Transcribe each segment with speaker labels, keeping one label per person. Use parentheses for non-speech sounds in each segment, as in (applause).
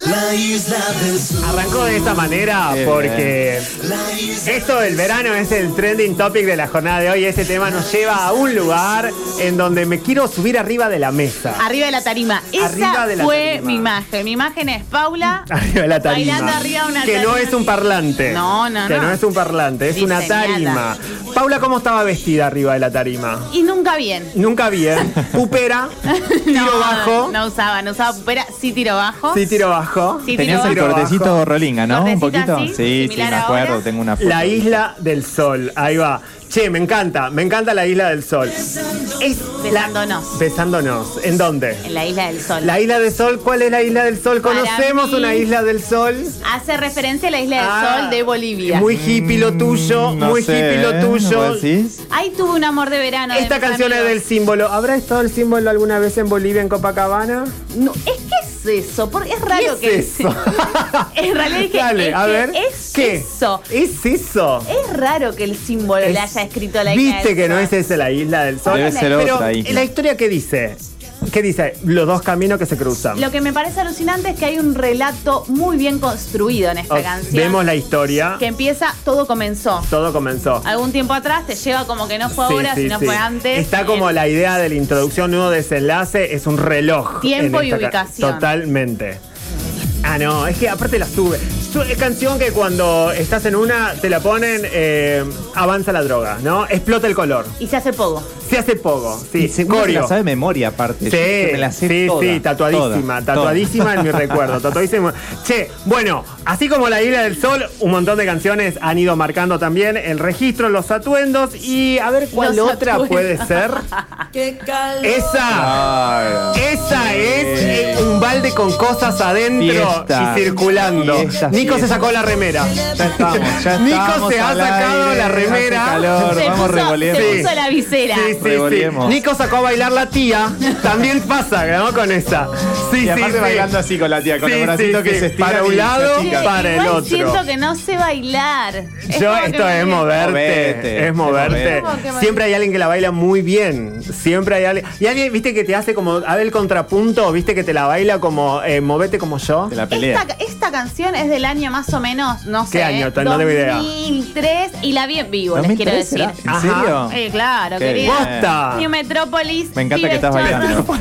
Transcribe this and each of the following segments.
Speaker 1: La isla del sur.
Speaker 2: Arrancó de esta manera
Speaker 3: Qué
Speaker 2: porque
Speaker 1: La isla
Speaker 2: esto del verano es el trending topic de la jornada de hoy. Este tema nos lleva a un lugar en donde me quiero subir arriba de la mesa.
Speaker 4: Arriba de la tarima.
Speaker 2: Arriba
Speaker 4: Esa
Speaker 2: de la
Speaker 4: fue
Speaker 2: tarima. Ah.
Speaker 4: mi imagen. Mi imagen es Paula
Speaker 2: Arriba de la tarima.
Speaker 4: bailando arriba de una
Speaker 2: que no
Speaker 4: tarima.
Speaker 2: es un parlante.
Speaker 4: No, no,
Speaker 2: Que no,
Speaker 4: no.
Speaker 2: es un parlante, es una
Speaker 4: Diseñada.
Speaker 2: tarima. Paula, ¿cómo estaba vestida arriba de la tarima?
Speaker 4: Y nunca bien.
Speaker 2: Nunca bien.
Speaker 4: (laughs)
Speaker 2: Pupera, (laughs) tiro
Speaker 4: No,
Speaker 2: bajo.
Speaker 4: No usaba, no usaba pupera. Sí tiro bajo.
Speaker 2: Sí, tiro bajo.
Speaker 4: Sí,
Speaker 3: Tenías
Speaker 4: tiro
Speaker 3: el
Speaker 2: bajo.
Speaker 3: cortecito rolinga, ¿no? Un
Speaker 4: Cortecito
Speaker 3: poquito.
Speaker 4: así,
Speaker 3: sí, sí,
Speaker 4: similar
Speaker 3: me acuerdo,
Speaker 4: ahora.
Speaker 3: tengo una foto.
Speaker 2: La isla del sol, ahí va. Che, me encanta, me encanta la isla del sol. Es la-
Speaker 4: Besándonos.
Speaker 2: besándonos. ¿En dónde?
Speaker 4: En la isla del sol.
Speaker 2: La isla del sol, ¿cuál es la isla del sol?
Speaker 4: Para
Speaker 2: ¿Conocemos
Speaker 4: mí-
Speaker 2: una isla del sol?
Speaker 4: Hace referencia a la isla del
Speaker 2: Ah,
Speaker 4: sol de Bolivia.
Speaker 2: Muy hippie lo tuyo,
Speaker 3: No
Speaker 2: muy
Speaker 3: sé,
Speaker 2: hippie lo
Speaker 3: ¿eh?
Speaker 2: tuyo.
Speaker 3: ¿Vos decís?
Speaker 4: Ahí tuve un amor de verano. de
Speaker 2: Esta
Speaker 4: mis
Speaker 2: canción es del
Speaker 4: amigos.
Speaker 2: símbolo. ¿Habrá estado el símbolo alguna vez en Bolivia, en Copacabana?
Speaker 4: No, es que es eso. Porque es
Speaker 2: ¿Qué
Speaker 4: raro
Speaker 2: es
Speaker 4: que.
Speaker 2: eso?
Speaker 4: en realidad dije.
Speaker 2: Dale,
Speaker 4: (laughs) es
Speaker 2: a
Speaker 4: que
Speaker 2: ver.
Speaker 4: Es
Speaker 2: ¿Qué?
Speaker 4: eso.
Speaker 2: ¿Es eso?
Speaker 4: Es raro que el símbolo le
Speaker 2: Es-
Speaker 4: haya escrito a la isla.
Speaker 2: Viste
Speaker 4: del
Speaker 2: que no
Speaker 4: sol.
Speaker 2: es esa la isla del sol.
Speaker 3: Debe ser
Speaker 2: Pero
Speaker 3: otra isla.
Speaker 2: la historia que dice, ¿qué dice? Los dos caminos que se cruzan.
Speaker 4: Lo que me parece alucinante es que hay un relato muy bien construido en esta
Speaker 2: O-
Speaker 4: canción.
Speaker 2: Oh, Vemos la historia.
Speaker 4: Que empieza, todo comenzó.
Speaker 2: Todo comenzó.
Speaker 4: Algún tiempo atrás te lleva como que no fue
Speaker 2: Sí,
Speaker 4: ahora,
Speaker 2: sí,
Speaker 4: sino
Speaker 2: sí.
Speaker 4: fue antes. Eh,
Speaker 2: Está
Speaker 4: Bien.
Speaker 2: como la idea de la introducción, nudo desenlace, es un reloj.
Speaker 4: Tiempo
Speaker 2: en
Speaker 4: y
Speaker 2: esta ca-
Speaker 4: ubicación.
Speaker 2: Totalmente. Ah, no, es que aparte la sube. Su- Es canción que cuando estás en una te la ponen, eh, avanza la droga, ¿no? Explota el color.
Speaker 4: Y se hace poco.
Speaker 2: Se hace poco. Sí,
Speaker 3: Y seguro se
Speaker 2: coreo.
Speaker 3: la sabe de memoria, aparte.
Speaker 2: Sí,
Speaker 3: Yo que me la sé
Speaker 2: sí,
Speaker 3: toda,
Speaker 2: sí, tatuadísima,
Speaker 3: toda,
Speaker 2: tatuadísima
Speaker 3: (laughs) toda.
Speaker 2: en mi recuerdo, tatuadísima. Che, bueno, así como La Isla del Sol, un montón de canciones han ido marcando también el registro, los atuendos y a ver cuál
Speaker 4: Los
Speaker 2: otra
Speaker 4: atuendos.
Speaker 2: puede ser.
Speaker 1: Qué calor.
Speaker 2: Esa,
Speaker 3: Claro.
Speaker 2: esa es eh, un balde con cosas adentro
Speaker 3: Fiesta.
Speaker 2: y circulando.
Speaker 3: Fiesta,
Speaker 2: Nico se
Speaker 3: fiesta.
Speaker 2: sacó la remera.
Speaker 3: Ya estamos, ya
Speaker 2: Nico
Speaker 3: estamos
Speaker 2: se ha
Speaker 3: al
Speaker 2: sacado
Speaker 3: aire,
Speaker 2: la
Speaker 3: hace
Speaker 2: remera.
Speaker 3: calor,
Speaker 4: se,
Speaker 3: vamos,
Speaker 4: puso,
Speaker 3: revolviendo.
Speaker 4: se
Speaker 2: Sí.
Speaker 4: puso la visera.
Speaker 2: Sí, sí, sí.
Speaker 3: Revolvemos.
Speaker 2: Nico sacó a bailar la tía. También pasa, ¿no? Con esa. Sí,
Speaker 3: Y
Speaker 2: sí,
Speaker 3: aparte
Speaker 2: sí.
Speaker 3: bailando así con la tía, con
Speaker 2: Sí,
Speaker 3: los bracitos
Speaker 2: sí,
Speaker 3: que
Speaker 2: sí.
Speaker 3: se estiran.
Speaker 2: Para un
Speaker 3: y se
Speaker 2: lado,
Speaker 3: achican.
Speaker 4: Che,
Speaker 2: para el
Speaker 4: igual
Speaker 2: otro.
Speaker 4: siento que no sé bailar. Es
Speaker 2: Yo,
Speaker 4: como que
Speaker 2: esto
Speaker 4: me-
Speaker 2: es moverte,
Speaker 3: Movete,
Speaker 2: es moverte.
Speaker 3: movete.
Speaker 4: Como que-
Speaker 2: Siempre hay alguien que la baila muy bien. Siempre hay alguien. Y alguien, viste, que te hace como. A ver el contrapunto, viste, que te la baila como. eh, movete como yo.
Speaker 3: De la pelea.
Speaker 4: Esta, esta canción es del año más o menos, no sé.
Speaker 2: ¿Qué año? No tengo idea.
Speaker 4: 2003 y la vi en vivo, les quiero
Speaker 3: 2003
Speaker 4: decir.
Speaker 3: será. ¿En
Speaker 2: Ajá.
Speaker 3: serio?
Speaker 4: Eh, claro,
Speaker 3: Ah. Qué
Speaker 4: querido.
Speaker 3: bien.
Speaker 2: ¡Bosta!
Speaker 4: New Metrópolis.
Speaker 3: Me encanta que
Speaker 4: Pibes
Speaker 3: estás bailando.
Speaker 4: Chorros.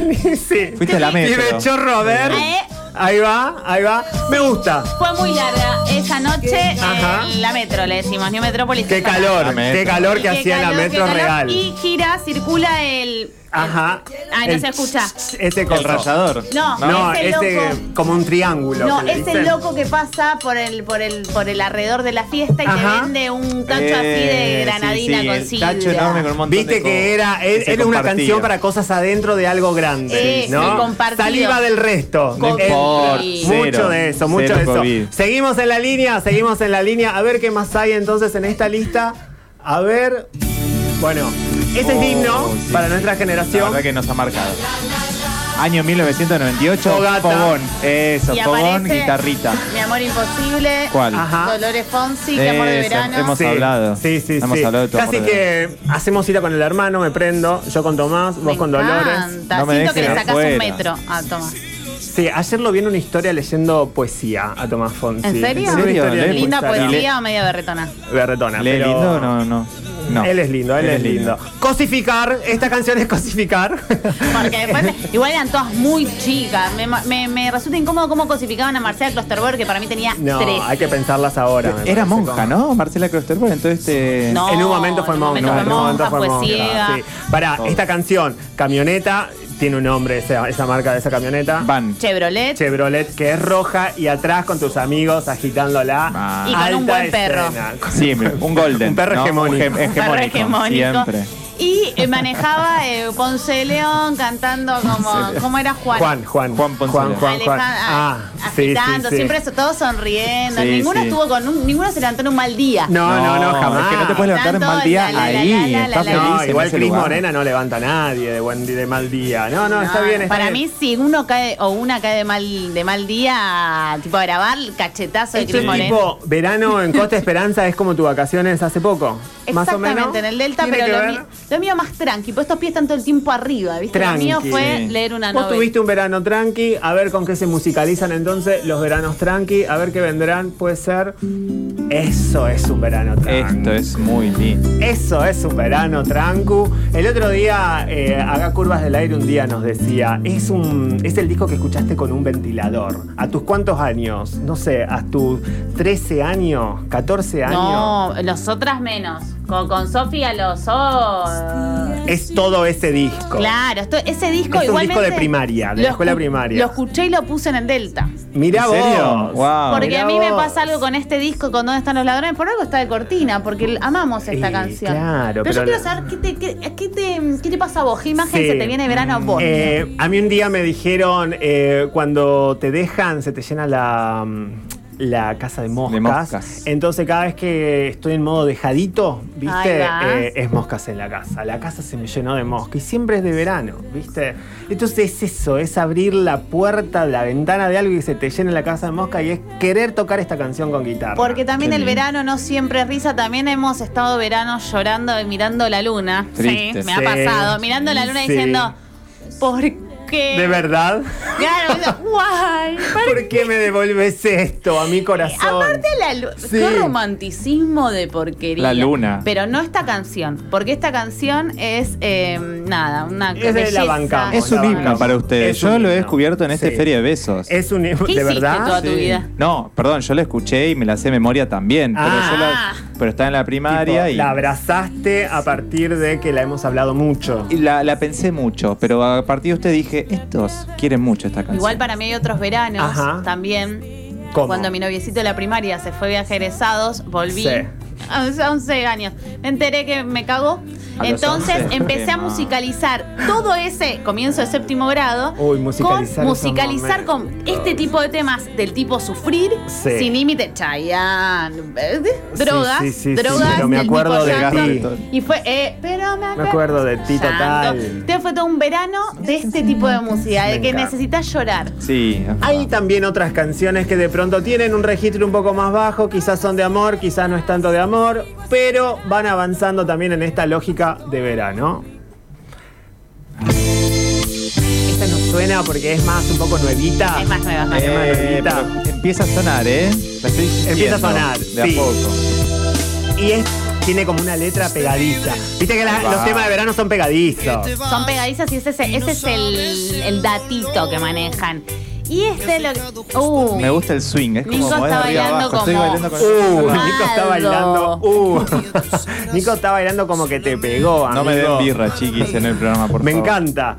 Speaker 2: sí.
Speaker 3: Fuiste a la
Speaker 2: Y
Speaker 3: metro.
Speaker 2: de chorro, a ver.
Speaker 4: Eh.
Speaker 2: Ahí va, ahí va. Me gusta.
Speaker 4: Fue muy larga esa noche
Speaker 2: Ajá.
Speaker 4: en la metro, le decimos, New Metrópolis.
Speaker 2: Qué
Speaker 4: Esta-
Speaker 2: calor,
Speaker 3: La metro.
Speaker 2: qué calor
Speaker 4: Y
Speaker 2: que
Speaker 4: qué
Speaker 2: hacía la
Speaker 4: calor, qué
Speaker 2: metro
Speaker 4: calor.
Speaker 2: real. Ah,
Speaker 4: Y gira, circula el.
Speaker 2: Ajá.
Speaker 4: Ay, no
Speaker 2: El
Speaker 4: se escucha.
Speaker 2: Ese
Speaker 3: El
Speaker 2: coso.
Speaker 3: rayador.
Speaker 4: No,
Speaker 2: No,
Speaker 4: ese
Speaker 2: ese
Speaker 4: loco.
Speaker 2: como un triángulo.
Speaker 4: No,
Speaker 2: que le
Speaker 4: es
Speaker 2: dicen.
Speaker 4: el loco que pasa por el, por el, por el alrededor de la fiesta y
Speaker 2: Ajá.
Speaker 4: te vende un cacho
Speaker 3: Eh,
Speaker 4: así de granadina
Speaker 3: sí, sí,
Speaker 4: con
Speaker 3: el
Speaker 4: sidra.
Speaker 3: tacho enorme con un montón de
Speaker 2: Viste que
Speaker 3: cosas
Speaker 2: era, er-
Speaker 3: que se
Speaker 2: era una
Speaker 3: compartían.
Speaker 2: canción para cosas adentro de algo grande.
Speaker 4: Sí, sí,
Speaker 2: ¿no?
Speaker 4: compartido.
Speaker 2: Saliva del resto.
Speaker 4: No
Speaker 2: Entra.
Speaker 4: importa,
Speaker 2: mucho
Speaker 3: cero,
Speaker 2: de eso, mucho
Speaker 3: cero
Speaker 2: de eso.
Speaker 3: COVID.
Speaker 2: Seguimos en la línea, seguimos en la línea. A ver qué más hay entonces en esta lista. A ver. Bueno, ese
Speaker 3: Oh,
Speaker 2: es himno
Speaker 3: sí,
Speaker 2: para
Speaker 3: sí.
Speaker 2: nuestra
Speaker 3: La
Speaker 2: generación.
Speaker 3: verdad que nos ha marcado. Año 1998,
Speaker 2: Fogata.
Speaker 3: Fogón. Eso,
Speaker 4: Y
Speaker 3: Fogón,
Speaker 4: aparece-
Speaker 3: guitarrita.
Speaker 4: Mi amor imposible.
Speaker 3: ¿Cuál?
Speaker 2: Ajá.
Speaker 4: Dolores Fonsi, qué amor de
Speaker 3: Esa,
Speaker 4: verano.
Speaker 3: hemos- hablado.
Speaker 2: Sí, sí,
Speaker 3: Hemos
Speaker 2: sí.
Speaker 3: hablado de tu
Speaker 2: Casi
Speaker 3: amor de
Speaker 2: que hacemos cita con el hermano, me prendo, yo con Tomás, vos
Speaker 4: Me
Speaker 2: con Dolores.
Speaker 4: encanta.
Speaker 3: No me
Speaker 4: Siento que
Speaker 3: dejen
Speaker 4: le sacás un
Speaker 3: afuera.
Speaker 4: metro Ah, a Tomás.
Speaker 2: Sí, ayer lo vi en una historia leyendo poesía a Tomás Fonsi.
Speaker 4: ¿En serio?
Speaker 2: Sí, una
Speaker 3: ¿En serio?
Speaker 2: historia de
Speaker 3: Lee
Speaker 4: ¿Linda
Speaker 2: Instagram.
Speaker 4: poesía o media berretona? Ah,
Speaker 2: Berretona,
Speaker 3: ¿Le
Speaker 2: pero-
Speaker 3: lindo? No, no. no.
Speaker 2: Él es lindo, él, es lindo. Cosificar, esta canción es cosificar.
Speaker 4: Porque después, me- igual eran todas muy chicas. Me, me- me resulta incómodo cómo cosificaban a Marcela Klosterberg, que para mí tenía
Speaker 2: (laughs) No,
Speaker 4: tres.
Speaker 2: hay que pensarlas ahora. me parece,
Speaker 3: Era monja,
Speaker 2: como-
Speaker 3: ¿no? Marcela Klosterberg, entonces este, te...
Speaker 4: No.
Speaker 2: en un momento fue
Speaker 4: en un
Speaker 2: monja.
Speaker 4: momento
Speaker 2: en
Speaker 4: fue
Speaker 2: un momento
Speaker 4: monja,
Speaker 2: fue
Speaker 4: fue
Speaker 2: monja,
Speaker 4: ciega.
Speaker 2: sí. Pará, esta canción, Camioneta, tiene un nombre, esa, esa marca de esa camioneta.
Speaker 3: Van.
Speaker 4: Chevrolet.
Speaker 2: Chevrolet, que es roja, y atrás con tus amigos agitándola.
Speaker 3: Ah.
Speaker 4: Y con un buen perro.
Speaker 2: escena.
Speaker 3: Siempre, un golden.
Speaker 2: Un perro
Speaker 3: ¿no?
Speaker 2: hegemónico.
Speaker 3: Un he-
Speaker 4: Perro
Speaker 3: hegemónico.
Speaker 4: hegemónico.
Speaker 3: Siempre.
Speaker 4: Y eh, manejaba eh, Ponce de León cantando como. ¿Cómo era Juan?
Speaker 2: Juan, Juan.
Speaker 3: Juan Ponce
Speaker 2: Juan,
Speaker 3: León.
Speaker 2: Juan, Juan.
Speaker 4: Alejandra,
Speaker 2: Ah,
Speaker 4: ah,
Speaker 2: sí, sí,
Speaker 4: agitando,
Speaker 2: sí.
Speaker 4: siempre eso, todos sonriendo.
Speaker 3: Sí,
Speaker 4: ninguno
Speaker 3: sí.
Speaker 4: estuvo con un, ninguno se levantó en un mal día.
Speaker 2: No, no, no, jamás.
Speaker 3: Es que no te puedes levantar en
Speaker 4: Tanto,
Speaker 3: mal día
Speaker 4: la, la, la,
Speaker 3: ahí.
Speaker 4: la, la,
Speaker 3: Estás
Speaker 4: la,
Speaker 3: feliz
Speaker 4: la.
Speaker 2: No,
Speaker 3: en
Speaker 2: igual
Speaker 3: ese
Speaker 2: Cris
Speaker 3: lugar.
Speaker 2: Morena no levanta a nadie de buen de mal día. No, no, está bien. está
Speaker 4: Para
Speaker 2: bien.
Speaker 4: mí, si uno cae, o una cae de mal, de mal día, tipo a grabar, cachetazo de
Speaker 2: Esto
Speaker 4: Cris
Speaker 2: es
Speaker 4: Morena.
Speaker 2: tipo verano en Costa Esperanza es como tu vacaciones hace poco. Más o menos.
Speaker 4: Exactamente, en el Delta,
Speaker 2: Tiene
Speaker 4: pero
Speaker 2: que
Speaker 4: lo,
Speaker 2: ver.
Speaker 4: mi- lo mío más tranqui, pues estos pies están todo el tiempo arriba, ¿viste? Lo mío
Speaker 2: Tranqui.
Speaker 4: fue leer una
Speaker 2: Vos
Speaker 4: novela.
Speaker 2: tuviste un verano tranqui, a ver con qué se musicalizan entonces 11, los veranos tranqui, a ver qué vendrán, puede ser. Eso es un verano tranqui.
Speaker 3: Esto es muy lindo.
Speaker 2: Eso es un verano trancu. El otro día, eh, acá Curvas del Aire un día nos decía, es, un, es el disco que escuchaste con un ventilador. ¿A tus cuántos años? No sé, a tus 13 años, 14 años.
Speaker 4: No, nosotras menos. Con, con Sofía los. oh,
Speaker 2: Es todo ese disco.
Speaker 4: Claro, esto- ese disco
Speaker 2: Es un
Speaker 4: igualmente.
Speaker 2: disco de primaria, de la
Speaker 4: lo
Speaker 2: escuela
Speaker 4: escu-
Speaker 2: primaria.
Speaker 4: Lo escuché y lo puse en el Delta.
Speaker 2: Mirá
Speaker 3: ¿En serio?
Speaker 2: vos.
Speaker 3: Wow.
Speaker 4: porque
Speaker 2: Ah, mirá
Speaker 4: a mí me
Speaker 2: vos.
Speaker 4: pasa algo con este disco, con dónde están los ladrones. Por algo está de cortina, porque l- amamos esta
Speaker 2: Eh,
Speaker 4: canción.
Speaker 2: claro,
Speaker 4: pero, yo
Speaker 2: pero
Speaker 4: quiero
Speaker 2: no-
Speaker 4: saber qué te, qué, qué te, qué te pasa a vos, qué imagen
Speaker 2: Sí.
Speaker 4: se te viene de verano a Ah, vos.
Speaker 2: Eh, a mí un día me dijeron, eh, cuando te dejan, se te llena la, mm, la casa de moscas.
Speaker 3: De moscas.
Speaker 2: Entonces cada vez que estoy en modo dejadito, ¿viste?
Speaker 4: Ahí vas.
Speaker 2: Eh, es moscas en la casa. La casa se me llenó de moscas. Y siempre es de verano, ¿viste? Entonces es eso, es abrir la puerta, la ventana de algo y que se te llena la casa de moscas y es querer tocar esta canción con guitarra.
Speaker 4: Porque también
Speaker 3: Qué
Speaker 4: el
Speaker 3: lindo.
Speaker 4: verano no siempre es risa, también hemos estado verano llorando y mirando la luna.
Speaker 3: Triste.
Speaker 4: sí, me ha
Speaker 2: Sí.
Speaker 4: pasado. Mirando la luna
Speaker 2: Sí.
Speaker 4: diciendo, ¿por qué?
Speaker 2: ¿De verdad?
Speaker 4: (laughs) Claro, diciendo,
Speaker 2: (laughs)
Speaker 4: guay.
Speaker 2: ¿Por qué me devolves esto a mi corazón?
Speaker 4: Eh, Aparte la lu-
Speaker 2: Sí.
Speaker 4: qué romanticismo de porquería.
Speaker 3: La luna.
Speaker 4: Pero no esta canción, porque esta canción es eh, nada, una
Speaker 2: Es de la
Speaker 4: belleza.
Speaker 2: bancamos,
Speaker 3: Es
Speaker 2: Ah, la
Speaker 3: un himno
Speaker 2: bancamos.
Speaker 3: para ustedes.
Speaker 2: Es
Speaker 3: Yo
Speaker 2: un
Speaker 3: lo he
Speaker 2: himno.
Speaker 3: descubierto en esta
Speaker 2: Sí.
Speaker 3: feria de besos.
Speaker 2: Es un
Speaker 4: ¿Qué
Speaker 2: ¿De
Speaker 4: hiciste
Speaker 2: verdad?
Speaker 4: toda tu vida?
Speaker 3: No, perdón, yo la escuché y me la sé de memoria también. Pero,
Speaker 2: Ah.
Speaker 3: yo la- pero está en la primaria
Speaker 2: Tipo,
Speaker 3: y.
Speaker 2: La abrazaste a partir de que la hemos hablado mucho.
Speaker 3: y la, la pensé mucho, pero a partir de usted dije, estos quieren mucho esta canción.
Speaker 4: Igual para mí hay otros veranos
Speaker 2: Ajá.
Speaker 4: también.
Speaker 2: ¿Cómo?
Speaker 4: Cuando mi noviecito de la primaria se fue de viaje egresados, volví.
Speaker 2: Sí.
Speaker 4: A los 11 años. Me enteré que me cagó.
Speaker 3: A
Speaker 2: (laughs)
Speaker 3: los
Speaker 4: Entonces
Speaker 3: 11.
Speaker 4: empecé a
Speaker 3: No.
Speaker 4: musicalizar todo ese comienzo de séptimo grado
Speaker 2: Uy, musicalizar
Speaker 4: con
Speaker 2: esos
Speaker 4: musicalizar con
Speaker 2: momentos.
Speaker 4: este tipo de temas del tipo sufrir,
Speaker 2: Sí.
Speaker 4: sin límite, Chayanne, eh,
Speaker 2: Sí,
Speaker 4: drogas,
Speaker 2: sí, sí, sí,
Speaker 4: drogas,
Speaker 2: pero me
Speaker 4: del
Speaker 2: acuerdo
Speaker 4: tipo
Speaker 2: de
Speaker 4: llanto.
Speaker 2: ti.
Speaker 4: Y fue, eh, pero me acuerdo,
Speaker 2: acuerdo de ti,
Speaker 4: llanto.
Speaker 2: total.
Speaker 4: Entonces fue todo un verano de este tipo de música,
Speaker 2: Me
Speaker 4: de que
Speaker 2: encanta.
Speaker 4: necesitas llorar.
Speaker 3: Sí. es verdad.
Speaker 2: Hay también otras canciones que de pronto tienen un registro un poco más bajo, quizás son de amor, quizás no es tanto de amor, pero van avanzando también en esta lógica de verano. Esta no suena porque es más un poco nuevita.
Speaker 4: Es más nueva, más
Speaker 2: Eh,
Speaker 4: nueva.
Speaker 2: Manolita.
Speaker 3: pero empieza a sonar, ¿eh? La estoy sintiendo
Speaker 2: a sonar,
Speaker 3: De a
Speaker 2: sí.
Speaker 3: poco.
Speaker 2: Y es, tiene como una letra pegadiza. Viste que la-
Speaker 3: Va.
Speaker 2: los temas de verano son pegadizos.
Speaker 4: Son pegadizas y ese, es- ese es el, el datito que manejan. Y este lo que. Uh,
Speaker 3: Me gusta el swing, es como
Speaker 4: Nico
Speaker 3: mover
Speaker 4: está
Speaker 3: arriba
Speaker 4: bailando
Speaker 3: abajo. Estoy
Speaker 4: como-
Speaker 3: bailando con
Speaker 2: Uh,
Speaker 4: Mal.
Speaker 2: Nico está bailando. Uh. (laughs) Nico está bailando como que te pegó.
Speaker 3: No me den
Speaker 2: amigo.
Speaker 3: birra, chiquis, en el programa, por
Speaker 2: Me
Speaker 3: favor.
Speaker 2: encanta.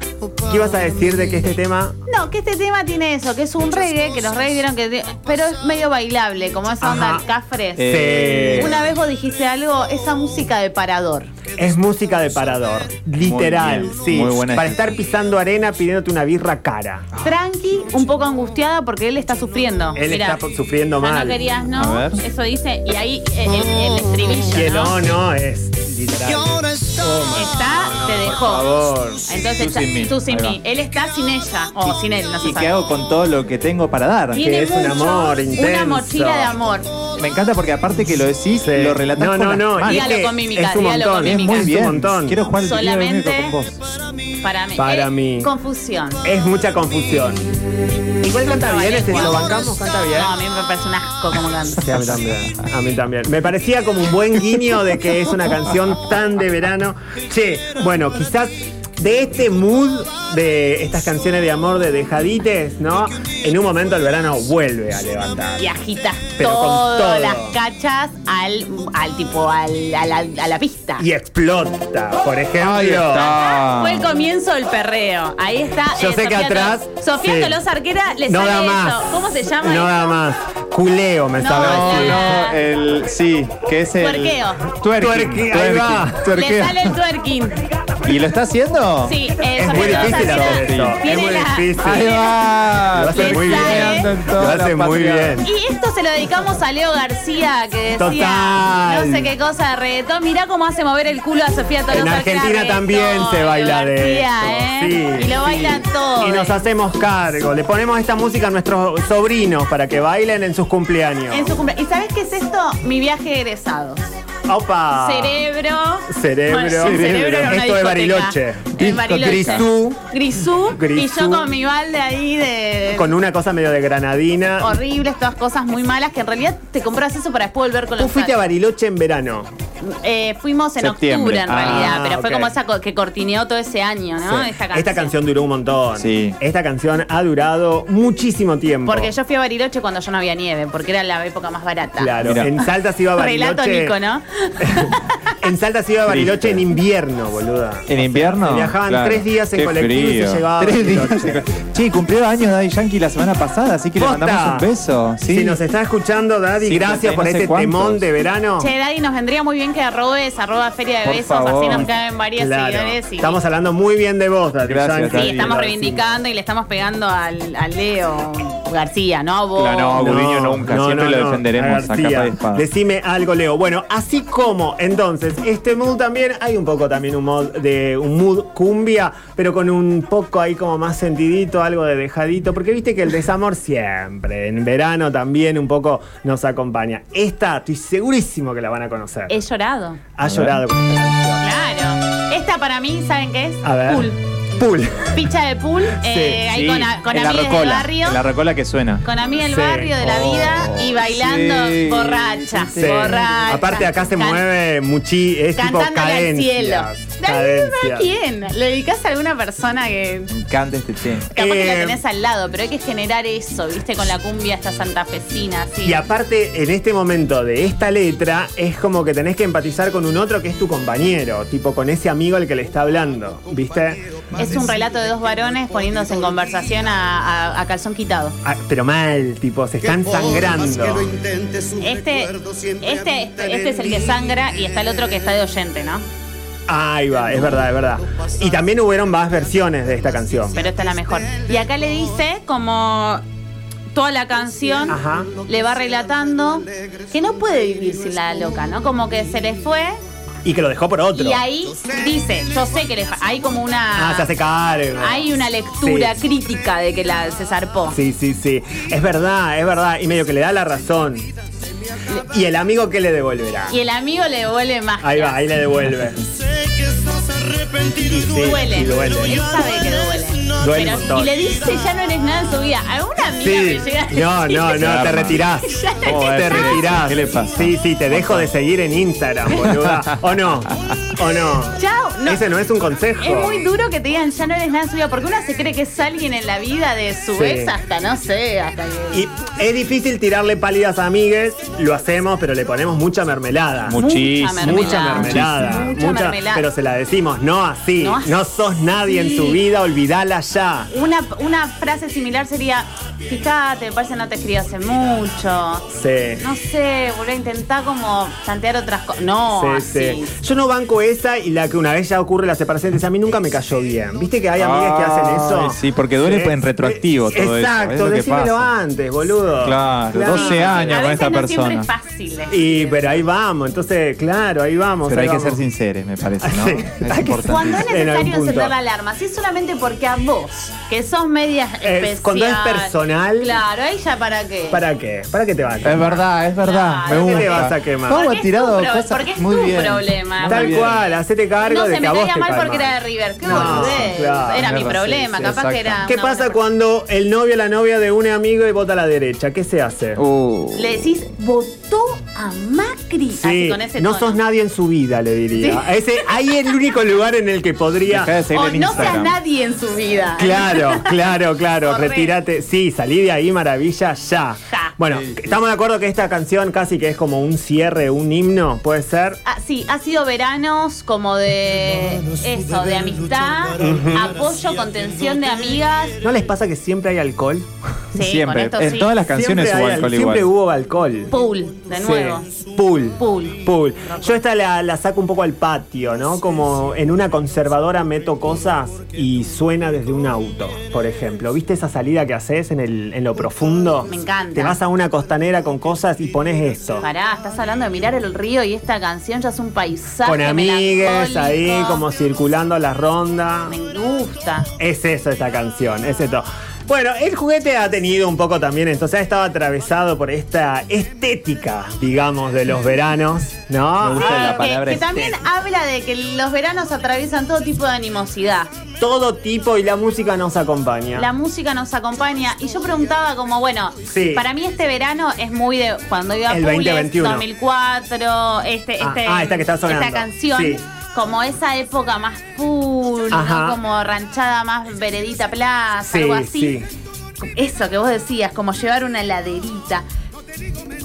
Speaker 2: ¿Qué ibas a decir de que este tema?
Speaker 4: No, que este tema tiene eso, que es un reggae, que los reggae vieron que. Pero es medio bailable, como esa onda
Speaker 2: Ajá.
Speaker 4: cafres.
Speaker 3: Eh.
Speaker 4: Una vez vos dijiste algo, esa música de parador.
Speaker 2: Es música de parador. Literal,
Speaker 3: bien,
Speaker 2: sí.
Speaker 3: muy buena
Speaker 2: Para
Speaker 3: esta.
Speaker 2: estar pisando arena pidiéndote una birra cara.
Speaker 4: Tranqui, un poco angustiada porque él está sufriendo.
Speaker 2: Él
Speaker 4: Mirá.
Speaker 2: está sufriendo
Speaker 4: Ah,
Speaker 2: mal.
Speaker 4: No querías, ¿no?
Speaker 3: A ver.
Speaker 4: Eso dice, y ahí el, el- el estribillo.
Speaker 2: Que no,
Speaker 4: ¿no?
Speaker 2: no, es literal.
Speaker 4: Está, te dejó.
Speaker 2: favor.
Speaker 4: Entonces,
Speaker 3: Tú sin mí.
Speaker 4: está- tú sin
Speaker 3: Ahí
Speaker 4: mí. Él está sin ella, o sin él, no se
Speaker 3: ¿Y
Speaker 4: sabe.
Speaker 3: qué hago con todo lo que tengo para dar?
Speaker 4: Tiene
Speaker 2: que es un
Speaker 4: mucho,
Speaker 2: amor
Speaker 4: Una
Speaker 2: intenso.
Speaker 4: mochila de amor.
Speaker 3: Me encanta porque aparte que lo decís,
Speaker 2: Sí.
Speaker 3: lo relatás
Speaker 2: No,
Speaker 3: con
Speaker 2: no,
Speaker 3: las
Speaker 2: no.
Speaker 3: manos.
Speaker 2: y
Speaker 4: Dígalo
Speaker 2: es que
Speaker 4: con mímica,
Speaker 2: es un
Speaker 4: dígalo con
Speaker 2: montón.
Speaker 3: Es
Speaker 4: mímica.
Speaker 3: muy
Speaker 2: Es
Speaker 3: bien.
Speaker 2: un montón.
Speaker 3: Quiero jugar el tiro
Speaker 4: Solamente-
Speaker 3: con vos.
Speaker 4: Para mí.
Speaker 2: Para
Speaker 4: Eh,
Speaker 2: mí.
Speaker 4: Confusión.
Speaker 2: Es mucha confusión. Igual canta bien este, lo bancamos, canta bien.
Speaker 4: No, a mí me parece un asco
Speaker 2: (laughs)
Speaker 4: como canta.
Speaker 2: Sí, a mí también. A mí también. Me parecía como un buen guiño de que es una canción tan de verano. Che, bueno, quizás de este mood de estas canciones de amor de dejadites, ¿no? En un momento el verano vuelve a levantar.
Speaker 4: Y agitas
Speaker 2: Pero con todo.
Speaker 4: todas las cachas al, al tipo, al, a, la, a la pista.
Speaker 2: Y explota, por
Speaker 3: Ahí
Speaker 2: ejemplo.
Speaker 3: está.
Speaker 4: Fue el comienzo del perreo. Ahí está.
Speaker 2: Yo sé que
Speaker 4: Tol-
Speaker 2: atrás,
Speaker 4: Sofía
Speaker 2: sí.
Speaker 4: Tolosa Arquera le
Speaker 2: No
Speaker 4: sale
Speaker 2: da
Speaker 4: eso.
Speaker 2: más.
Speaker 4: ¿Cómo se llama?
Speaker 2: No da más. Culeo me
Speaker 4: No,
Speaker 2: sabe
Speaker 3: No,
Speaker 2: decir.
Speaker 3: no, el. Sí, que es el.
Speaker 4: Tuerqueo.
Speaker 3: Twerking.
Speaker 2: Tuerque- ahí va.
Speaker 4: Le
Speaker 3: tuerqueo.
Speaker 4: sale el twerking.
Speaker 3: ¿Y lo está haciendo?
Speaker 4: Sí, eh,
Speaker 2: Es
Speaker 4: Sofía
Speaker 2: muy
Speaker 4: Tolosa
Speaker 2: difícil
Speaker 4: Arquera
Speaker 2: hacer eso. Es
Speaker 4: tiene
Speaker 2: muy
Speaker 4: la-
Speaker 2: difícil.
Speaker 3: Ahí va.
Speaker 2: Lo hace
Speaker 4: Le
Speaker 2: muy
Speaker 4: sale.
Speaker 2: bien. Lo hace muy bien.
Speaker 4: Y esto se lo dedicamos a Leo García, que decía
Speaker 2: Total.
Speaker 4: no sé qué cosa de reggaetón. Mirá cómo hace mover el culo a Sofía Tolosa.
Speaker 2: En
Speaker 4: que era
Speaker 2: Argentina
Speaker 4: reggaetón,
Speaker 2: también se
Speaker 4: Leo
Speaker 2: baila de
Speaker 4: García,
Speaker 2: esto,
Speaker 4: ¿eh? y lo
Speaker 2: sí,
Speaker 4: bailan
Speaker 2: sí.
Speaker 4: todos.
Speaker 2: Y nos hacemos cargo. Le ponemos esta música a nuestros sobrinos para que bailen en sus cumpleaños.
Speaker 4: En su cumple- ¿Y sabes qué es esto? Mi viaje egresado.
Speaker 2: Opa.
Speaker 4: Cerebro.
Speaker 2: Ah. Cerebro.
Speaker 4: Bueno, sí, cerebro era una
Speaker 2: Esto de
Speaker 4: discoteca.
Speaker 2: Bariloche.
Speaker 4: En Bariloche.
Speaker 2: Grisú.
Speaker 4: Grisú. Y
Speaker 2: Grisú.
Speaker 4: yo con mi balde ahí de.
Speaker 2: Con una cosa medio de granadina.
Speaker 4: Horribles, todas cosas muy malas que en realidad te compras eso para después volver con
Speaker 2: Tú
Speaker 4: los
Speaker 2: fuiste a Bariloche en verano.
Speaker 4: Eh, fuimos en
Speaker 3: Septiembre.
Speaker 4: octubre en realidad,
Speaker 2: Ah,
Speaker 4: pero fue
Speaker 2: ok.
Speaker 4: como esa co- que cortineó todo ese año, ¿no?
Speaker 2: Sí.
Speaker 4: Esta, canción.
Speaker 2: duró un montón.
Speaker 3: Sí.
Speaker 2: Esta canción ha durado muchísimo tiempo.
Speaker 4: Porque yo fui a Bariloche cuando yo no había nieve, porque era la época más barata.
Speaker 2: Claro,
Speaker 3: Mirá.
Speaker 2: en Salta se iba a Bariloche.
Speaker 4: Relato Nico, ¿no?
Speaker 2: En Salta se iba a Bariloche en invierno, boluda.
Speaker 3: ¿En invierno?
Speaker 2: Se viajaban
Speaker 3: Claro.
Speaker 2: tres días en
Speaker 3: Qué
Speaker 2: colectivo y
Speaker 3: frío.
Speaker 2: se llegaba a
Speaker 3: Tres
Speaker 2: Bariloche.
Speaker 3: días. Sí, cumplió años Daddy Yankee la semana pasada, así que
Speaker 2: Posta.
Speaker 3: le mandamos un beso. Sí.
Speaker 2: Si nos está escuchando, Daddy,
Speaker 3: Sí,
Speaker 2: gracias por
Speaker 3: no sé
Speaker 2: este
Speaker 3: cuántos.
Speaker 2: temón de verano.
Speaker 4: Che, Daddy, nos vendría muy bien que arrobes, arroba Feria de
Speaker 3: Por
Speaker 4: Besos,
Speaker 3: favor.
Speaker 4: así nos caen varias
Speaker 2: Claro.
Speaker 4: seguidores. Y,
Speaker 2: Estamos hablando muy bien de vos, Daddy.
Speaker 3: Gracias,
Speaker 2: Yankee.
Speaker 4: sí,
Speaker 3: Daddy,
Speaker 4: estamos
Speaker 3: Daddy.
Speaker 4: reivindicando y le estamos pegando al, al Leo García, ¿no? A vos.
Speaker 3: Claro, no,
Speaker 2: No,
Speaker 3: Gudiño nunca,
Speaker 2: no,
Speaker 3: siempre
Speaker 2: no,
Speaker 3: lo
Speaker 2: no,
Speaker 3: defenderemos a
Speaker 2: García,
Speaker 3: capa de espada.
Speaker 2: Decime algo, Leo. Bueno, así como, entonces, este mood también, hay un poco también un mod de un mood cumbia, pero con un poco ahí como más sentidito, algo de dejadito, porque viste que el desamor siempre, en verano también un poco nos acompaña. Esta, estoy segurísimo que la van a conocer.
Speaker 4: He llorado.
Speaker 2: ha
Speaker 3: ver.
Speaker 2: llorado con esta canción.
Speaker 4: Claro. Esta para mí, ¿saben qué es?
Speaker 2: A ver.
Speaker 4: Pool.
Speaker 2: Pool.
Speaker 4: Picha de pool, eh, ahí
Speaker 3: Sí,
Speaker 4: con, a- con
Speaker 3: en la
Speaker 4: amigas del
Speaker 3: rocola,
Speaker 4: barrio.
Speaker 3: En la recola que suena.
Speaker 4: Con amiga del
Speaker 2: Sí.
Speaker 4: barrio, de la
Speaker 3: Oh,
Speaker 4: vida y bailando
Speaker 3: sí.
Speaker 4: borracha,
Speaker 2: Sí.
Speaker 4: borracha.
Speaker 2: Aparte acá se
Speaker 4: Can-
Speaker 2: mueve muchi, es tipo
Speaker 4: Cantándole al cielo.
Speaker 2: cadencias.
Speaker 4: Dale, ¿A
Speaker 2: cadencias.
Speaker 4: quién? ¿Le dedicas a alguna persona que
Speaker 3: Me encanta este tema.
Speaker 4: capaz que
Speaker 2: Eh,
Speaker 4: la tenés al lado? Pero hay que generar eso, ¿viste? Con la cumbia esta santafesina, así.
Speaker 2: Y aparte, en este momento de esta letra, es como que tenés que empatizar con un otro que es tu compañero, tipo con ese amigo al que le está hablando, ¿viste?
Speaker 4: Es un relato de dos varones poniéndose en conversación a, a- a calzón quitado.
Speaker 2: Ah, pero mal, tipo, se están sangrando.
Speaker 4: Este, este, este, este es el que sangra y está el otro que está de oyente, ¿no?
Speaker 2: Ahí va, es verdad, es verdad. Y también hubieron más versiones de esta canción.
Speaker 4: Pero esta es la mejor. Y acá le dice como toda la canción
Speaker 2: Ajá.
Speaker 4: le va relatando que no puede vivir sin la loca, ¿no? Como que se le fue
Speaker 2: Y que lo dejó por otro.
Speaker 4: y ahí dice, yo sé que le fa- hay como
Speaker 2: Ah, se
Speaker 4: una
Speaker 2: hace cargo.
Speaker 4: hay una lectura
Speaker 2: Sí.
Speaker 4: crítica de que la se zarpó.
Speaker 2: Sí, sí, sí. Es verdad, es verdad. Y medio que le da la razón. Y el amigo que le devolverá.
Speaker 4: Y el amigo le devuelve más.
Speaker 2: Ahí va, ahí le
Speaker 4: (laughs)
Speaker 2: devuelve. Y sí,
Speaker 4: duele.
Speaker 2: y
Speaker 4: Él
Speaker 2: duele.
Speaker 4: sabe que duele.
Speaker 2: Duele
Speaker 4: Pero-
Speaker 2: un montón.
Speaker 4: y le dice, ya no eres nada en su vida. ¿Alguna amiga
Speaker 2: Sí,
Speaker 4: me llega a (laughs)
Speaker 2: no,
Speaker 4: decir
Speaker 2: no, no,
Speaker 4: eso?
Speaker 2: te
Speaker 3: Karma.
Speaker 2: retirás.
Speaker 4: (laughs) Ya no
Speaker 3: Joder,
Speaker 2: Te
Speaker 3: ¿qué le-
Speaker 2: retirás.
Speaker 3: ¿Qué le pasa?
Speaker 2: Sí, sí, te dejo de seguir en Instagram,
Speaker 3: (laughs)
Speaker 2: boluda. ¿O no? ¿O no?
Speaker 4: Chao. No.
Speaker 2: Ese no es un consejo.
Speaker 4: Es muy duro que te digan ya no eres nada en su vida, porque una se cree que es alguien en la vida de su
Speaker 2: Sí.
Speaker 4: ex hasta no sé, hasta que.
Speaker 2: Y es difícil tirarle pálidas a amigues, lo hacemos, pero le ponemos mucha mermelada.
Speaker 3: Mucha mermelada.
Speaker 2: Mucha mermelada,
Speaker 4: Mucha mermelada.
Speaker 2: pero se la decimos, no así,
Speaker 4: No
Speaker 2: no,
Speaker 4: así.
Speaker 2: sos nadie en tu vida, olvidala ya.
Speaker 4: Una, una frase similar sería, fíjate, me parece que no te escribí hace mucho.
Speaker 2: Sí.
Speaker 4: No sé, volver a intentar como tantear otras cosas. No,
Speaker 2: Sí,
Speaker 4: así.
Speaker 2: sí. Yo no banco esa y la que una vez ya ocurre la separación, dice, a mí nunca me cayó bien. ¿Viste que hay amigas que hacen eso?
Speaker 3: Ay, sí, porque duele en retroactivo todo eso,
Speaker 2: Exacto,
Speaker 3: es lo que
Speaker 2: decímelo
Speaker 3: pasa.
Speaker 2: antes, boludo.
Speaker 3: Claro, 12
Speaker 4: A
Speaker 3: años con
Speaker 4: veces
Speaker 3: esta
Speaker 4: no siempre
Speaker 3: persona.
Speaker 4: es fácil. eh.
Speaker 2: Y pero ahí vamos, entonces, claro, ahí vamos.
Speaker 3: Pero hay
Speaker 2: ahí
Speaker 3: que ser
Speaker 2: vamos.
Speaker 3: sinceros, me parece, ¿no?
Speaker 2: (laughs) Sí, hay
Speaker 3: Es
Speaker 2: que-
Speaker 4: Cuando
Speaker 3: importante.
Speaker 4: es
Speaker 2: (laughs) En algún
Speaker 4: necesario
Speaker 2: punto.
Speaker 4: encender la alarma, si es solamente porque a vos, que sos media especial.
Speaker 2: cuando es personal.
Speaker 4: Claro, ¿a ella para qué?
Speaker 2: ¿Para qué? ¿Para qué te vas?
Speaker 3: Es verdad, es verdad.
Speaker 4: Claro.
Speaker 3: me
Speaker 2: ¿Qué le
Speaker 3: gusta.
Speaker 2: vas a quemar?
Speaker 3: Pau ha
Speaker 4: Porque es tu
Speaker 3: tirado
Speaker 4: pro-
Speaker 3: cosas
Speaker 4: porque es
Speaker 3: muy
Speaker 4: tu
Speaker 3: bien.
Speaker 4: problema.
Speaker 3: Muy
Speaker 2: Tal
Speaker 3: bien.
Speaker 2: cual, hacete cargo
Speaker 4: No
Speaker 2: de
Speaker 4: se
Speaker 2: que
Speaker 4: me
Speaker 2: a vos
Speaker 4: caía
Speaker 2: te
Speaker 4: mal
Speaker 2: cae
Speaker 4: porque
Speaker 2: mal.
Speaker 4: era de River. Qué
Speaker 2: No,
Speaker 4: boludez.
Speaker 2: claro.
Speaker 4: Era mi
Speaker 3: Tenés razón,
Speaker 4: problema,
Speaker 3: sí,
Speaker 4: capaz que
Speaker 3: exacto.
Speaker 4: era.
Speaker 2: ¿Qué
Speaker 4: una
Speaker 2: pasa
Speaker 4: buena
Speaker 2: cuando el novio o la novia de un amigo y vota a la derecha? ¿Qué se hace?
Speaker 3: Uh.
Speaker 4: persona. Le decís, votó a Macri. Así
Speaker 2: Sí,
Speaker 4: con ese
Speaker 2: no
Speaker 4: tono.
Speaker 2: sos nadie en su vida, le diría.
Speaker 4: Sí.
Speaker 2: Ese, ahí es el único lugar en el que podría.
Speaker 3: Dejá de seguir
Speaker 4: O
Speaker 3: en
Speaker 4: "Oh, no seas
Speaker 3: Instagram.
Speaker 4: nadie en su vida. (laughs)
Speaker 2: Claro, claro, claro.
Speaker 4: Corre.
Speaker 2: Retírate. Sí, salí de ahí, maravilla, ya.
Speaker 4: Ja.
Speaker 2: Bueno, estamos de acuerdo que esta canción casi que es como un cierre, un himno, puede ser.
Speaker 4: Ah, sí, ha sido veranos como de eso, de amistad, apoyo, contención de amigas.
Speaker 2: ¿No les pasa que siempre hay alcohol?
Speaker 4: Sí,
Speaker 3: siempre.
Speaker 4: con esto
Speaker 3: en
Speaker 4: sí.
Speaker 3: todas las canciones
Speaker 2: siempre
Speaker 3: hubo
Speaker 2: hay-
Speaker 3: alcohol
Speaker 2: siempre
Speaker 3: igual.
Speaker 2: hubo alcohol.
Speaker 4: Pool, de nuevo.
Speaker 2: Sí. Pool.
Speaker 4: Pool.
Speaker 2: Pool. Yo esta la, la saco un poco al patio, ¿no? Como en una conservadora meto cosas y suena desde un auto, por ejemplo. ¿Viste esa salida que haces en, el, en lo profundo?
Speaker 4: Me encanta.
Speaker 2: Te vas a una costanera con cosas y pones esto.
Speaker 4: Pará, estás hablando de mirar el río y esta canción ya es un paisaje.
Speaker 2: con amigues ahí,
Speaker 4: melancólico.
Speaker 2: como circulando la ronda.
Speaker 4: Me gusta.
Speaker 2: Es eso esta canción, es esto. Bueno, el juguete ha tenido un poco también, entonces ha estado atravesado por esta estética, digamos, de los veranos, ¿no?
Speaker 3: Me gusta la
Speaker 4: que-
Speaker 3: palabra
Speaker 4: que,
Speaker 3: es
Speaker 4: también habla de que los veranos atraviesan todo tipo de animosidad.
Speaker 2: Todo tipo y la música nos acompaña.
Speaker 4: La música nos acompaña. Y yo preguntaba como, bueno,
Speaker 2: Sí.
Speaker 4: para mí este verano es muy de cuando iba a
Speaker 2: El
Speaker 4: Pules,
Speaker 2: 2021.
Speaker 4: 2004, este,
Speaker 2: Ah,
Speaker 4: este-
Speaker 2: ah, esta que está sonando.
Speaker 4: esta canción.
Speaker 2: Sí.
Speaker 4: Como esa época más cool, ¿no?
Speaker 2: Ajá.
Speaker 4: como ranchada más veredita plaza,
Speaker 2: Sí,
Speaker 4: algo
Speaker 2: sí.
Speaker 4: así. Eso que vos decías, como llevar una heladerita.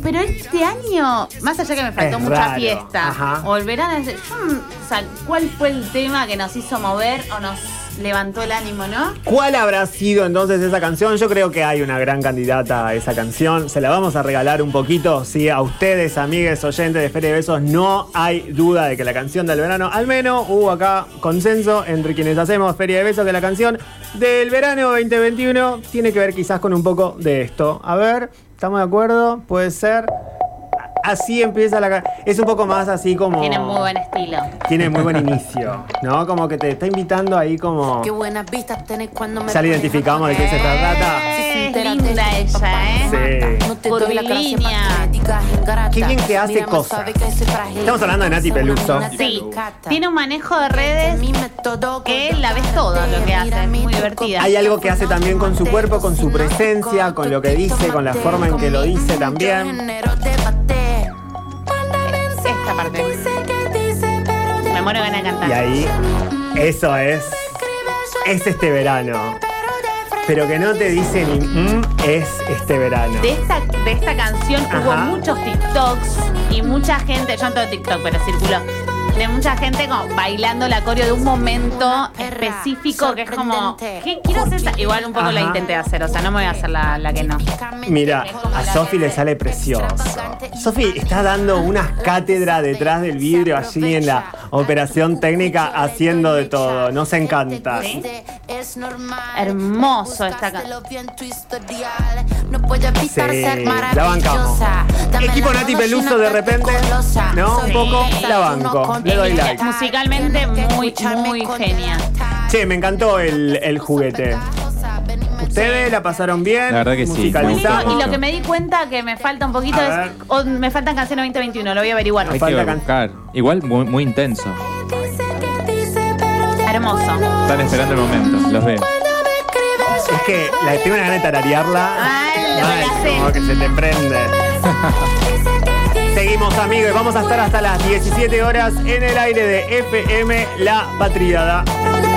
Speaker 4: Pero este año, más allá que me faltó
Speaker 2: Es
Speaker 4: mucha
Speaker 2: raro.
Speaker 4: fiesta,
Speaker 2: Ajá.
Speaker 4: o el verano, es- yo, mm, o sea, ¿cuál fue el tema que nos hizo mover o nos levantó el ánimo, no?
Speaker 2: ¿Cuál habrá sido entonces esa canción? Yo creo que hay una gran candidata a esa canción. Se la vamos a regalar un poquito. Sí, a ustedes, amigues, oyentes de Feria de Besos, no hay duda de que la canción del verano, al menos hubo acá consenso entre quienes hacemos Feria de Besos, que la canción del verano 2021 tiene que ver quizás con un poco de esto. A ver, ¿estamos de acuerdo? Puede ser. Así empieza la canción. Es un poco más así como.
Speaker 4: Tiene muy buen estilo.
Speaker 2: Tiene muy buen inicio, ¿no? Como que te está invitando ahí como...
Speaker 5: Qué buenas vistas tenés cuando me
Speaker 2: Ya la identificamos de qué se trata.
Speaker 4: Es linda ella, ¿eh?
Speaker 2: Sí.
Speaker 5: No te doy la gracia
Speaker 4: Curvilínea.
Speaker 5: pa' que me digas ingrata.
Speaker 2: Qué bien que hace
Speaker 5: Mírame,
Speaker 2: cosas.
Speaker 5: sabe que soy frágil.
Speaker 2: Estamos hablando de Nati Peluso.
Speaker 4: Sí. Tiene un manejo de redes.
Speaker 5: Mime todo
Speaker 4: que la ves todo lo que hace, es muy divertida.
Speaker 2: Hay algo que hace también con su cuerpo, con su presencia, con lo que dice, con la forma en que lo dice también.
Speaker 4: Eh, Esta parte. Me muero de ganas de
Speaker 2: Y
Speaker 4: cantar.
Speaker 2: ahí, eso es. Es este verano. Pero que no te dice ni mm, es este verano.
Speaker 4: De esta, de esta canción hubo
Speaker 2: Ajá.
Speaker 4: muchos TikToks y mucha gente, yo no tengo TikTok, pero circuló, de mucha gente como bailando la coreo de un momento específico que es como, ¿qué quiero hacer? esa? Igual un poco la
Speaker 2: Ajá.
Speaker 4: intenté hacer, o sea, no me voy a hacer la, la que no.
Speaker 2: Mira, a Sofi le sale precioso. Sofi está dando unas cátedras detrás del vidrio allí en la operación técnica haciendo de todo. Nos encanta.
Speaker 4: Sí.
Speaker 5: Es normal.
Speaker 4: Hermoso esta ca-
Speaker 5: Búscaselo bien tu historial. No puede evitar
Speaker 2: Sí,
Speaker 5: ser
Speaker 2: la bancamos.
Speaker 5: maravillosa. Dame
Speaker 2: Equipo
Speaker 5: la
Speaker 2: Nati
Speaker 5: mano
Speaker 2: Peluso
Speaker 5: llena
Speaker 2: de repente,
Speaker 5: colosa.
Speaker 2: ¿no? Un
Speaker 5: Soy
Speaker 2: poco
Speaker 5: esa,
Speaker 2: la
Speaker 5: tú no
Speaker 2: banco. Le doy like.
Speaker 4: Musicalmente muy, muy genia.
Speaker 2: Che, me encantó el, el juguete. ¿Ustedes la pasaron bien?
Speaker 3: La verdad que sí,
Speaker 2: Musicalizamos.
Speaker 3: muy
Speaker 4: Y
Speaker 3: bien.
Speaker 4: lo que me di cuenta que me falta un poquito
Speaker 2: A
Speaker 4: es,
Speaker 2: ver.
Speaker 4: o me faltan canciones 2021, lo voy a averiguar.
Speaker 3: Hay
Speaker 2: Falta
Speaker 3: que
Speaker 2: can-
Speaker 3: buscar. Igual muy, muy intenso.
Speaker 4: Hermoso.
Speaker 3: Están esperando el momento. Los veo.
Speaker 2: Es que la, tengo una gana de tararearla.
Speaker 4: Ay, lo que
Speaker 2: como
Speaker 4: hace.
Speaker 2: que se te
Speaker 4: (laughs)
Speaker 2: prende. Seguimos, amigos. Vamos a estar hasta las 17 horas en el aire de FM La Patriada.
Speaker 6: Pero de